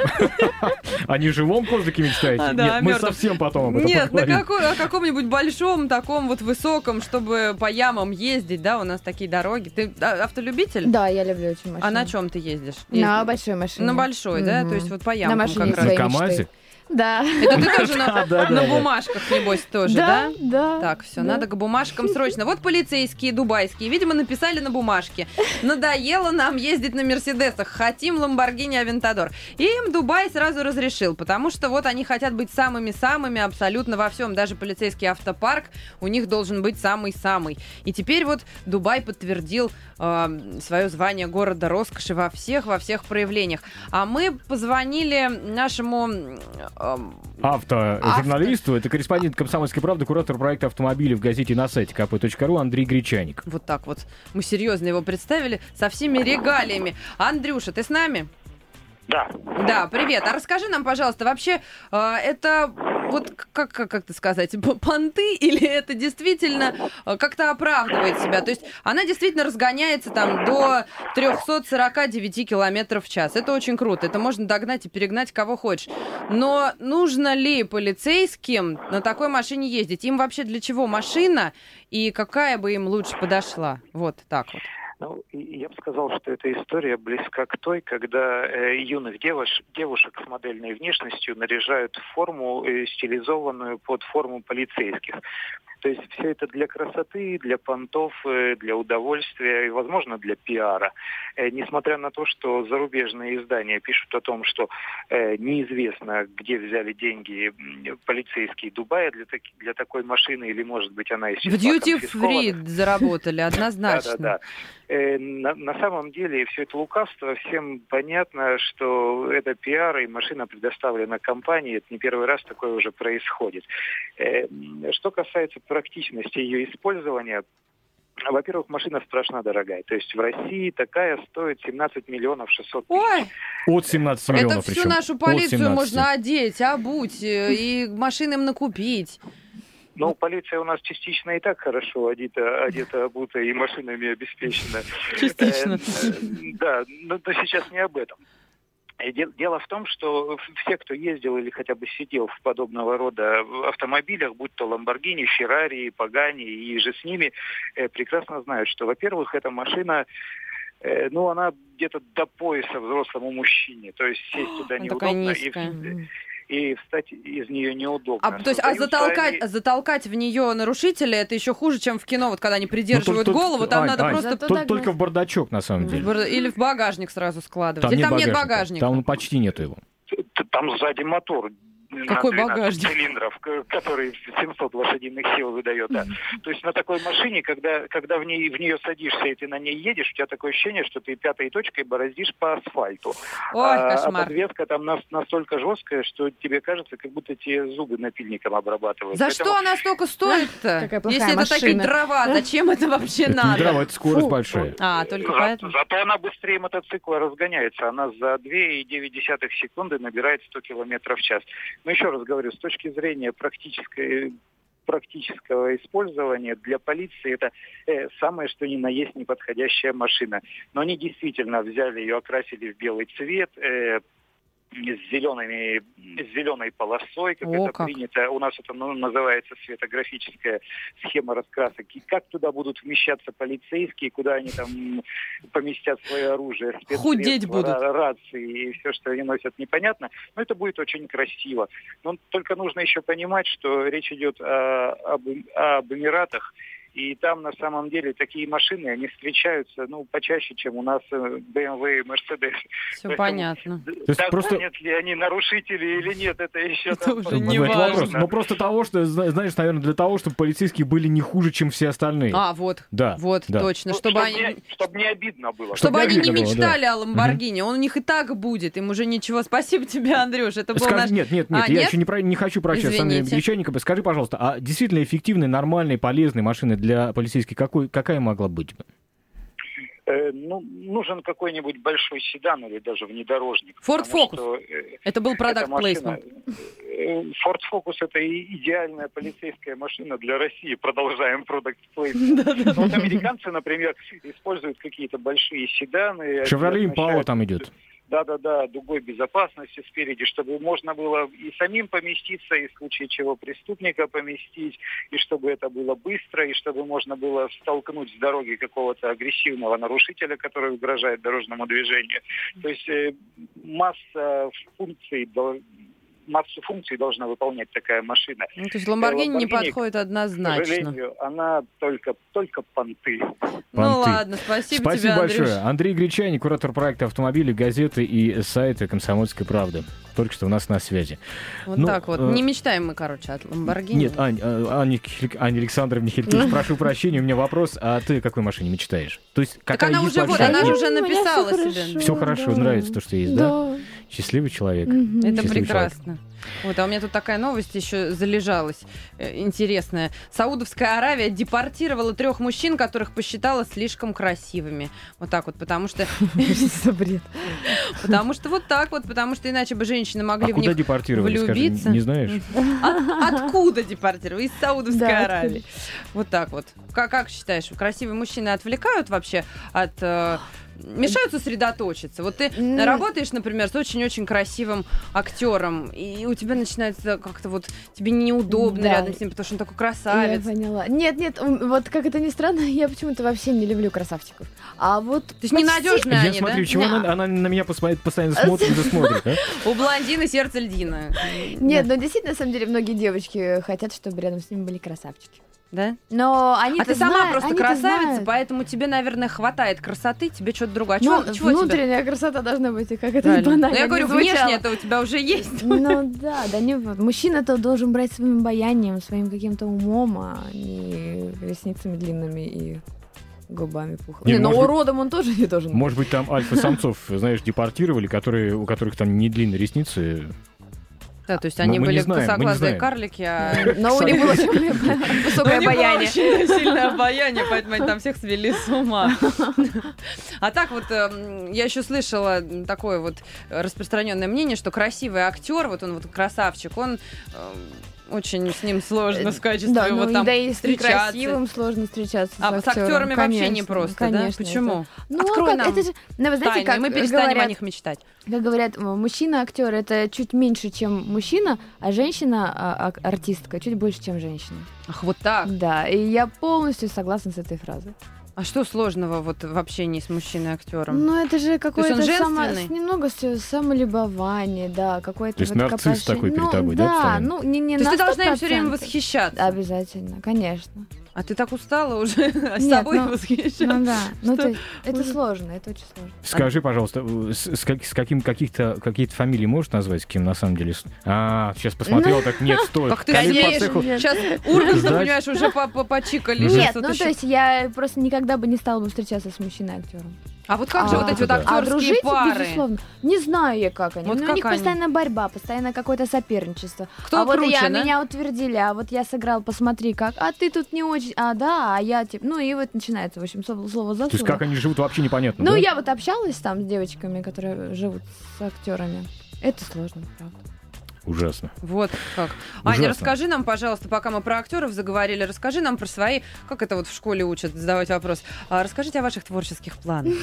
C: О неживом козлике мечтаете?
B: А, да,
C: Нет,
B: о
C: мы
B: мёртвом.
C: совсем потом об этом
B: Нет, на
C: поговорим.
B: какой- о каком-нибудь большом таком вот высоком, чтобы по ямам ездить, да, у нас такие дороги. Ты а, автолюбитель?
D: Да, я люблю очень машину.
B: А на чем ты ездишь?
D: На
B: Ездишь?
D: большой машине.
B: На большой, да?
D: Мгм.
B: То есть вот по
D: На
B: ямкам
D: машине
B: как раз.
C: На
D: своей
C: КамАЗе?
D: мечты. Да.
B: Это ты тоже на,
C: *laughs* Да, да,
B: на
C: да.
B: бумажках, небось, тоже, да?
D: Да, да.
B: Так, все,
D: да.
B: надо к бумажкам срочно. Вот полицейские дубайские, видимо, написали на бумажке. Надоело нам ездить на Мерседесах, хотим Ламборгини Авентадор. И им Дубай сразу разрешил, потому что вот они хотят быть самыми-самыми абсолютно во всем. Даже полицейский автопарк у них должен быть самый-самый. И теперь вот Дубай подтвердил свое звание города роскоши во всех, во всех проявлениях. А мы позвонили нашему... м, эм,
C: Автожурналисту, это корреспондент «Комсомольской правды», куратор проекта автомобилей в газете на сайте kp.ru Андрей Гречаник.
B: Вот так вот. Мы серьезно его представили со всеми регалиями. Андрюша, ты с нами?
E: Да.
B: Да, привет. А расскажи нам, пожалуйста, вообще э, это вот к- как, как, как это сказать, п- понты или это действительно э, как-то оправдывает себя? То есть она действительно разгоняется там до 349 километров в час. Это очень круто. Это можно догнать и перегнать кого хочешь. Но нужно ли полицейским на такой машине ездить? Им вообще для чего машина и какая бы им лучше подошла? Вот так вот.
M: Ну, и- я бы сказал, что эта история близка к той, когда э, юных девош- девушек с модельной внешностью наряжают в форму, э, стилизованную под форму полицейских. То есть все это для красоты, для понтов, э, для удовольствия и, возможно, для пиара. Э, Несмотря на то, что зарубежные издания пишут о том, что э, неизвестно, где взяли деньги м, полицейские Дубая для, таки- для такой машины, или, может быть, она из
B: В
M: числа
B: duty
M: конфискованных.
C: *laughs*
B: free заработали, однозначно.
M: Да, да, да. Э, на, на самом деле все это лукавство, всем понятно, что это пиар, и машина предоставлена компании, это не первый раз такое уже происходит. Э, м, что касается практичности ее использования, во-первых, машина страшно дорогая. То есть в России такая стоит 17 миллионов 600 тысяч.
B: Ой,
C: От 17 миллионов
B: Это всю
C: причем.
B: нашу
C: От
B: полицию
C: 17.
B: можно а, одеть, обуть э, и машин им накупить.
M: Ну, полиция у нас частично и так хорошо одета, одета обута и машинами обеспечена.
B: Частично.
M: Э, э, Да, но но сейчас не об этом. Э, де- Дело в том, что в- все, кто ездил или хотя бы сидел в подобного рода автомобилях, будь то Ламборгини, Феррари, Пагани и же с ними, э, прекрасно знают, что, во-первых, эта машина э, ну, она где-то до пояса взрослому мужчине. То есть сесть туда
B: Она такая
M: неудобно и,
B: низкая.
M: в- и встать из нее неудобно.
B: А, то есть, а
M: Создаются
B: затолкать,
M: они-
B: затолкать в нее нарушителя это еще хуже, чем в кино, вот когда они придерживают
C: Ну, тут- тут-
B: голову, там
C: Ань,
B: надо
C: Ань,
B: просто
C: тут только в бардачок, на самом деле.
B: в- или в багажник сразу складывать. или там нет багажника.
C: Там почти нету его.
M: Т- Там сзади мотор на
B: Какой
M: 12
B: багажник?
M: цилиндров, к- который 700 лошадиных сил выдает. да. То есть на такой машине, когда, когда в, ней, в нее садишься и ты на ней едешь, у тебя такое ощущение, что ты пятой точкой бороздишь по асфальту.
B: Ой,
M: а,
B: кошмар.
M: а подвеска там нас- настолько жесткая, что тебе кажется, как будто тебе зубы напильником обрабатывают.
B: За
M: Поэтому
B: что она столько стоит-то?
D: Какая плохая
B: Если это такие
D: машина.
B: дрова, зачем это вообще
C: Это не
B: надо?
C: дрова, это скорость
D: Фу.
C: большая.
B: А, только
M: за-
B: поэтому.
M: Зато она быстрее мотоцикла разгоняется. Она за 2,9 секунды набирает 100 километров в час. Но еще раз говорю, с точки зрения практической практического использования для полиции это э, самое, что ни на есть неподходящая машина. Но они действительно взяли ее, окрасили в белый цвет, э, с зелеными с зеленой полосой, как
B: О,
M: это
B: как.
M: принято. У нас это ну, называется светографическая схема раскрасок. И как туда будут вмещаться полицейские, куда они там поместят свое оружие, спецсредства,
B: Худеть будут.
M: ра- рации и все, что они носят, непонятно. Но это будет очень красиво. Но только нужно еще понимать, что речь идет о- об, об Эмиратах, и там на самом деле такие машины, они встречаются, ну, почаще, чем у нас э, BMW и Mercedes.
B: Все понятно.
C: есть
M: Так
C: просто-
M: Нет ли они нарушители или нет, это еще там
C: Вот
M: посмотрим.
C: этот вопрос. Но Ну, просто того, что, зна- знаешь, наверное, для того, чтобы полицейские были не хуже, чем все остальные.
B: А, вот.
C: Да,
B: Вот,
C: да.
B: точно.
M: Ну,
B: Чтобы они...
M: не- чтобы не обидно было.
B: Чтобы
C: Чтоб
B: они не
C: обидно было, да.
B: мечтали о Ламборгини. Он у них и так будет. Им уже ничего. Спасибо тебе, Андрюш. Это был
C: Скажи-
B: наш...
C: Нет, нет, нет,
B: А,
C: я
B: нет?
C: еще не, про- не хочу про сейчас Андрея
B: Извините.
C: Гречанникова. Скажи, пожалуйста, а действительно эффективной, нормальной, полезной машины для полицейских какой, какая могла быть? бы?
M: Э, ну, нужен какой-нибудь большой седан или даже внедорожник.
B: Ford
M: потому
B: Focus.
M: что, э,
B: Это был
M: эта
B: продакт
M: машина,
B: плейсмент.
M: э, Ford Focus это и- идеальная полицейская машина для России. Продолжаем продакт плейсмент. Вот американцы, например, используют какие-то большие седаны.
C: Шевроле
M: Они
C: Импала
M: оснащают
C: там идет.
M: да-да-да, дугой безопасности спереди, чтобы можно было и самим поместиться, и в случае чего преступника поместить, и чтобы это было быстро, и чтобы можно было столкнуть с дороги какого-то агрессивного нарушителя, который угрожает дорожному движению. То есть э, масса функций, дол- массу функций должна выполнять такая машина.
B: Ну, то есть Ламборгини не
M: Lamborghini,
B: подходит
M: К
B: однозначно.
M: сожалению, она только, только понты.
B: Ну
C: Понты.
B: ладно, спасибо,
C: Спасибо
B: тебе, Андрюш.
C: большое. Андрей Гречаник, куратор проекта автомобили, газеты и сайта «Комсомольской правды». Только что у нас на связи.
B: Вот
C: Ну,
B: так вот.
C: э,
B: Не мечтаем мы, короче, от Ламборгини.
C: Нет, Ань, э, Ане Хель- Ане Александровне
B: *laughs*
C: Хелькевич, прошу прощения, у меня вопрос. А ты о какой машине мечтаешь? То есть
B: так
C: какая
B: она
C: есть
B: уже, вот,
C: вообще?
B: она же
D: Ну,
B: уже
D: у меня всё
B: написала
D: хорошо.
B: себе.
C: Все хорошо,
D: Да.
C: нравится то, что есть, да?
D: Да.
C: Счастливый человек.
D: *laughs* Мгм.
B: Это
C: Счастливый
B: прекрасно. Вот, а у меня тут такая новость еще залежалась э, интересная. Саудовская Аравия депортировала трех мужчин, которых посчитала слишком красивыми. Вот так вот, потому что,
G: Что за бред?
B: потому что вот так вот, потому что иначе бы женщины могли
C: а
B: в
C: куда
B: них
C: депортировали, скажи,
B: влюбиться.
C: не знаешь?
B: От- откуда депортировали? Из Саудовской
D: Да, откуда?
B: Аравии. Вот так вот. Как, как считаешь, красивые мужчины отвлекают вообще от... э, мешают сосредоточиться? Вот ты
D: М.
B: работаешь, например, с очень-очень красивым актером, и у тебя начинается как-то вот... Тебе неудобно
D: Да.
B: рядом с ним, потому что он такой
D: Я
B: красавец. То
D: поняла. Нет, нет, м, вот как это ни странно, я почему-то вообще не люблю красавчиков. А вот... То
B: есть ненадежные
C: Я
B: они,
C: смотрю, чего
D: Да.
C: она, она на меня посма- постоянно смотрит и смотрит. а?
B: да? У блондина сердце льдина.
D: Нет, но действительно, на самом деле, многие девочки хотят, чтобы рядом с ними были красавчики.
B: Да?
D: Но они
B: а ты сама просто красавица, поэтому тебе, наверное, хватает красоты, тебе что-то другое. А чего-
D: Ну,
B: чего тебе?
D: внутренняя красота должна быть, и как это не
B: Правильно.
D: банально
B: Ну, я
D: не
B: говорю,
D: звучало.
B: внешне это у тебя уже есть.
D: Ну да, да не, вот мужчина-то должен брать своим обаянием, своим каким-то умом, а не ресницами длинными и губами пухлыми.
C: Не,
D: Не, но
C: может быть-
D: уродом он тоже не должен быть.
C: *laughs* Может быть, там альфа-самцов, знаешь, депортировали, которые, у которых там не длинные ресницы.
B: Да, то есть
C: Мы-
B: они
C: мы не
B: были
C: знаем, мы не
B: косоглазые
C: знаем.
B: карлики, а
D: Но Ну,
B: *laughs*
D: у него очень высокое
B: У него
D: обаяние.
B: очень сильное обаяние, поэтому они там всех свели с ума. А так вот, эм, я еще слышала такое вот распространенное мнение, что красивый актер, вот он вот красавчик, он эм, очень с ним сложно в качестве
D: Да,
B: вот
D: ну
B: там
D: да и с
B: встречаться.
D: красивым сложно встречаться.
B: А с
D: актером,
B: актерами вообще
D: конечно,
B: непросто, да?
D: конечно,
B: Почему?
D: это- Ну,
B: Открой
D: а как,
B: нам
D: это же, ну, вы знаете,
B: Тайны,
D: как
B: мы перестанем
D: говорят,
B: о них мечтать.
D: Как говорят, м, мужчина-актер это чуть меньше, чем мужчина, а женщина-артистка чуть больше, чем женщина.
B: Ах, вот так.
D: Да, и я полностью согласна с этой фразой.
B: А что сложного вот в общении с мужчиной-актером?
D: Ну, это же какое-то
B: он
D: само-
B: женственный?
D: с- немного всё самолюбование, да, какое-то
C: То есть
D: вот
C: нарцисс
D: копошение.
C: такой перед
D: Ну,
C: тобой, да,
D: да?
C: постоянно?
D: ну, не, не
B: То есть
D: на
B: ты должна им все
D: 100%.
B: время восхищаться.
D: Обязательно, конечно.
B: А ты так устала уже *laughs* с
D: Нет,
B: собой *laughs*
D: ну,
B: восхищаться.
D: Ну да, ну
B: Что?
D: то есть это
B: Ужас.
D: сложно, это очень сложно.
C: Скажи, пожалуйста, э, с, с как- с каким каких-то какие-то фамилии можешь назвать, с кем на самом деле? с- А, сейчас посмотрел, так
B: *laughs*
C: нет, стоит.
B: Как ты
C: Коллег по
B: смеешь?
C: цеху.
B: Сейчас Урганта,
C: Ждать.
B: понимаешь, уже по- по- почикали.
C: Мгм.
B: Сейчас
D: Нет,
B: тут
D: ну
B: еще-
D: то есть я просто никогда бы не стала бы встречаться с мужчиной-актером.
B: А вот как же
D: А,
B: вот эти вот
C: да.
D: А
B: актерские
D: дружить,
B: пары?
D: безусловно. Не знаю я, как они.
B: Вот
D: но
B: как
D: у них
B: они?
D: постоянно борьба, постоянно какое-то соперничество.
B: Кто
D: а вот
B: круче,
D: я,
B: да?
D: меня утвердили, а вот я сыграл, посмотри как. А ты тут не очень... А, да, а я типа... Ну и вот начинается, в общем, слово, слово за
C: То есть
D: слово.
C: как они живут, вообще непонятно.
D: Ну,
C: да?
D: я вот общалась там с девочками, которые живут с актерами. Это сложно, правда.
C: Ужасно.
B: Вот как. Аня,
C: Ужасно.
B: расскажи нам, пожалуйста, пока мы про актеров заговорили, расскажи нам про свои, как это вот в школе учат задавать вопрос. А, расскажите о ваших творческих планах.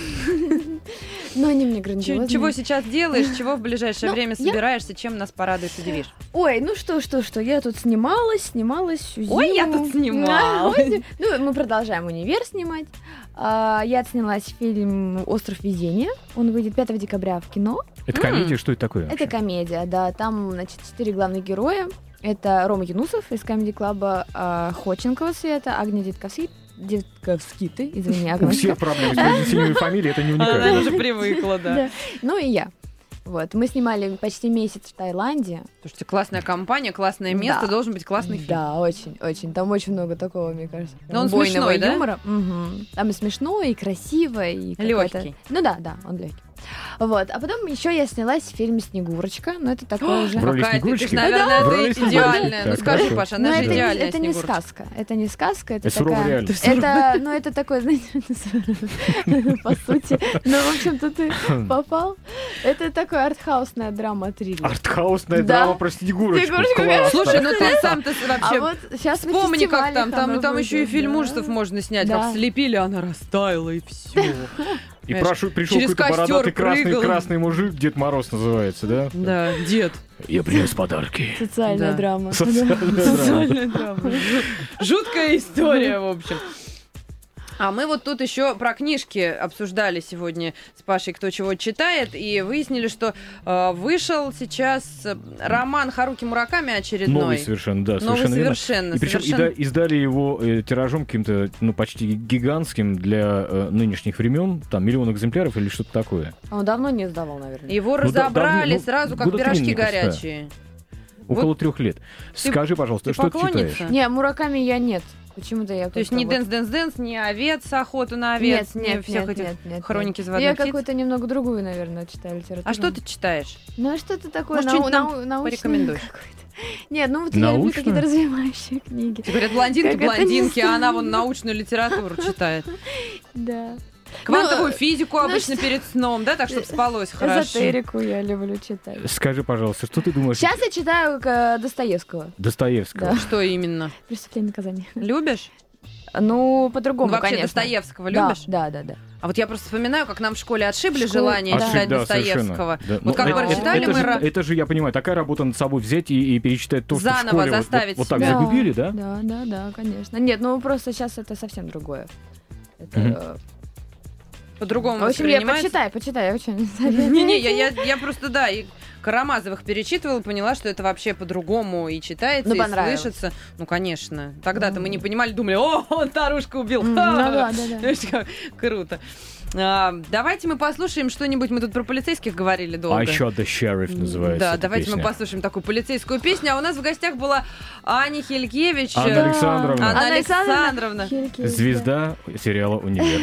D: Но они мне
B: Ч-
D: грандиозные.
B: Чего сейчас делаешь, чего в ближайшее
D: Ну,
B: время
D: я-
B: собираешься, чем нас порадуешь, удивишь?
D: Ой, ну что, что, что, я тут снималась, снималась всю зиму.
B: Ой, я тут снималась.
D: Да, ой, Ну, мы продолжаем универ снимать. А, Я снялась в фильм «Остров везения». Он выйдет 5 декабря в кино.
C: Это комедия, что это такое?
D: Это комедия, да. Там, значит, четыре главных героя. Это Рома Юнусов из комедий-клаба а, Ходченкова Света, Агния Дитковски... Дитковски, ты,
B: *laughs*
D: извини,
C: У
D: Агнушка.
C: всех проблемы с произнесением фамилии, это не
B: Она уже
C: уникально.
B: привыкла, да.
D: А, Да. Ну и я. Вот, мы снимали почти месяц в Таиланде.
B: Слушайте, классная компания, классное место,
D: Да.
B: должен быть классный фильм.
D: Да, очень, очень. Там очень много такого, мне кажется.
B: Но он
D: убойного
B: смешной, да?
D: юмора. Мгм. Там и смешно, и красиво, и какой-то-
B: Лёгкий.
D: Ну да, да, он легкий. Вот, а потом еще я снялась в фильме «Снегурочка», но это
B: *gasps*
D: такое уже...
C: В роли
B: Какая ты, ты
C: Снегурочки?
B: ж, наверное,
C: В роли
B: это идеальная.
C: Снегурочки.
B: Ну
C: Так,
B: скажи,
C: хорошо.
B: Паша,
D: Но
B: она же
D: это, не-
B: идеальная
D: это не
B: Снегурочка.
D: сказка, это не сказка, это,
C: Это суровая
D: такая...
C: реальность.
D: *laughs* Это, ну, это такое, знаете, *laughs* по сути, ну, в общем-то, ты попал. Это такое артхаусная драма-триллер.
C: Артхаусная
D: Да.
C: драма про Снегурочку.
D: Снегурочка,
C: Классно.
B: Слушай, ну ты сам-то с-
D: А
B: вообще
D: вот сейчас на
B: Вспомни, как
D: фестивалях
B: там, там,
D: оно
B: там еще и
D: будет,
B: фильм
D: да.
B: ужасов можно снять,
D: Да.
B: как слепили, она растаяла и все.
C: И
B: Знаешь,
C: прошу- пришел
B: через
C: какой-то
B: костер
C: бородатый красный,
B: прыгал.
C: красный мужик, Дед Мороз называется, да?
B: Да, дед.
C: Я принес подарки.
D: Социальная
B: Да. *laughs*
D: драма. Ну,
C: Социальная
D: Да.
C: драма.
B: Социальная драма. Жуткая история, в общем. А мы вот тут еще про книжки обсуждали сегодня с Пашей, кто чего читает, и выяснили, что э, вышел сейчас э, роман Харуки Мураками очередной.
C: Новый совершенно, да,
B: Новый
C: совершенно верно.
B: совершенно.
C: И причем
B: совершенно.
C: издали его э, тиражом каким-то, ну, почти гигантским для э, нынешних времен, там, миллион экземпляров или что-то такое.
D: А Он давно не сдавал, наверное.
B: Его
C: да,
B: разобрали
C: давно, ну,
B: сразу, как
C: года три,
B: пирожки
C: мне кажется, да.
B: горячие.
C: Около трех лет. Скажи, пожалуйста,
B: ты
C: что ты
B: поклонница?
C: читаешь?
D: Не, Мураками я нет. Почему-то я
B: То есть
D: как-то
B: не
D: вот-
B: Дэнс Дэнс Дэнс, не овец, охоту на овец,
D: нет,
B: не
D: нет,
B: всех
D: нет,
B: этих
D: нет, нет,
B: хроники
D: нет.
B: заводных
D: Я
B: птиц?
D: какую-то немного другую, наверное, читаю литературу.
B: А что ты читаешь?
D: Ну, а что-то такое
B: Может,
D: нау-
B: что-нибудь нам
D: нау- научное
B: порекомендуешь?
D: какое-то. Нет, ну вот я люблю
C: Научное?
D: какие-то развивающие книги.
B: Тебе говорят, блондинки,
D: Как это
B: блондинки,
D: не
B: а она вон научную литературу читает.
D: Да.
B: Квантовую физику
D: ну
B: обычно
D: что-
B: перед сном, да, так, чтобы спалось хорошо.
D: Эзотерику я люблю читать.
C: Скажи, пожалуйста, что ты думаешь
D: Сейчас я читаю э, Достоевского.
C: Достоевского?
D: Да.
B: Что именно?
D: Преступление и наказание.
B: Любишь?
D: Ну,
B: Ну,
D: по-другому,
B: вообще
D: конечно.
B: Достоевского
D: Да,
B: любишь?
D: Да, да, да.
B: А вот я просто вспоминаю, как нам в школе отшибли
D: В школе,
B: желание
D: да.
B: читать
C: Ошиб- да,
B: Достоевского.
C: А совершенно. Да.
B: Вот как
C: Ну,
B: мы
C: это-
B: читали,
C: это
B: мы...
C: же-
B: ра-
C: Это же, я понимаю, такая работа над собой взять и и перечитать то, что в
B: Заново
C: школе вот-
B: заставить
C: вот так
B: себя.
C: загубили, А, да?
D: Да, да, да, конечно. Нет, ну просто сейчас это совсем другое. Это,
C: Мгм.
D: э,
B: По-другому
D: В общем, я
B: воспринимается.
D: почитай, почитай, я очень советую.
B: Не-не, я, я, я просто, да, и Карамазовых перечитывала, поняла, что это вообще по-другому и читается,
D: Ну,
B: и
D: понравилось.
B: слышится. Ну, конечно. Тогда-то мы не понимали, думали, о, он Тарушку убил.
D: *laughs* М,
B: Ха!
D: ну да, да, да.
B: Знаешь, как круто. А, давайте мы послушаем что-нибудь. Мы тут про полицейских говорили долго.
C: А еще The Sheriff называется.
B: Да,
C: эта
B: давайте мы
C: песня.
B: послушаем такую полицейскую песню. А у нас в гостях была Аня Хелькевич.
C: Анна
B: э,
C: Александровна.
B: Анна
D: Анна
B: Александровна.
D: Хилькевич,
C: Звезда сериала
B: *laughs*
C: «Универ».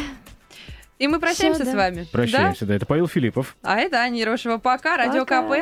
B: И мы прощаемся
D: Всё,
B: с
D: да.
B: вами. Да?
C: Прощаемся, да. Это Павел Филиппов.
B: А это Аня Ерошева. Пока. Радио
D: Пока.
B: КП.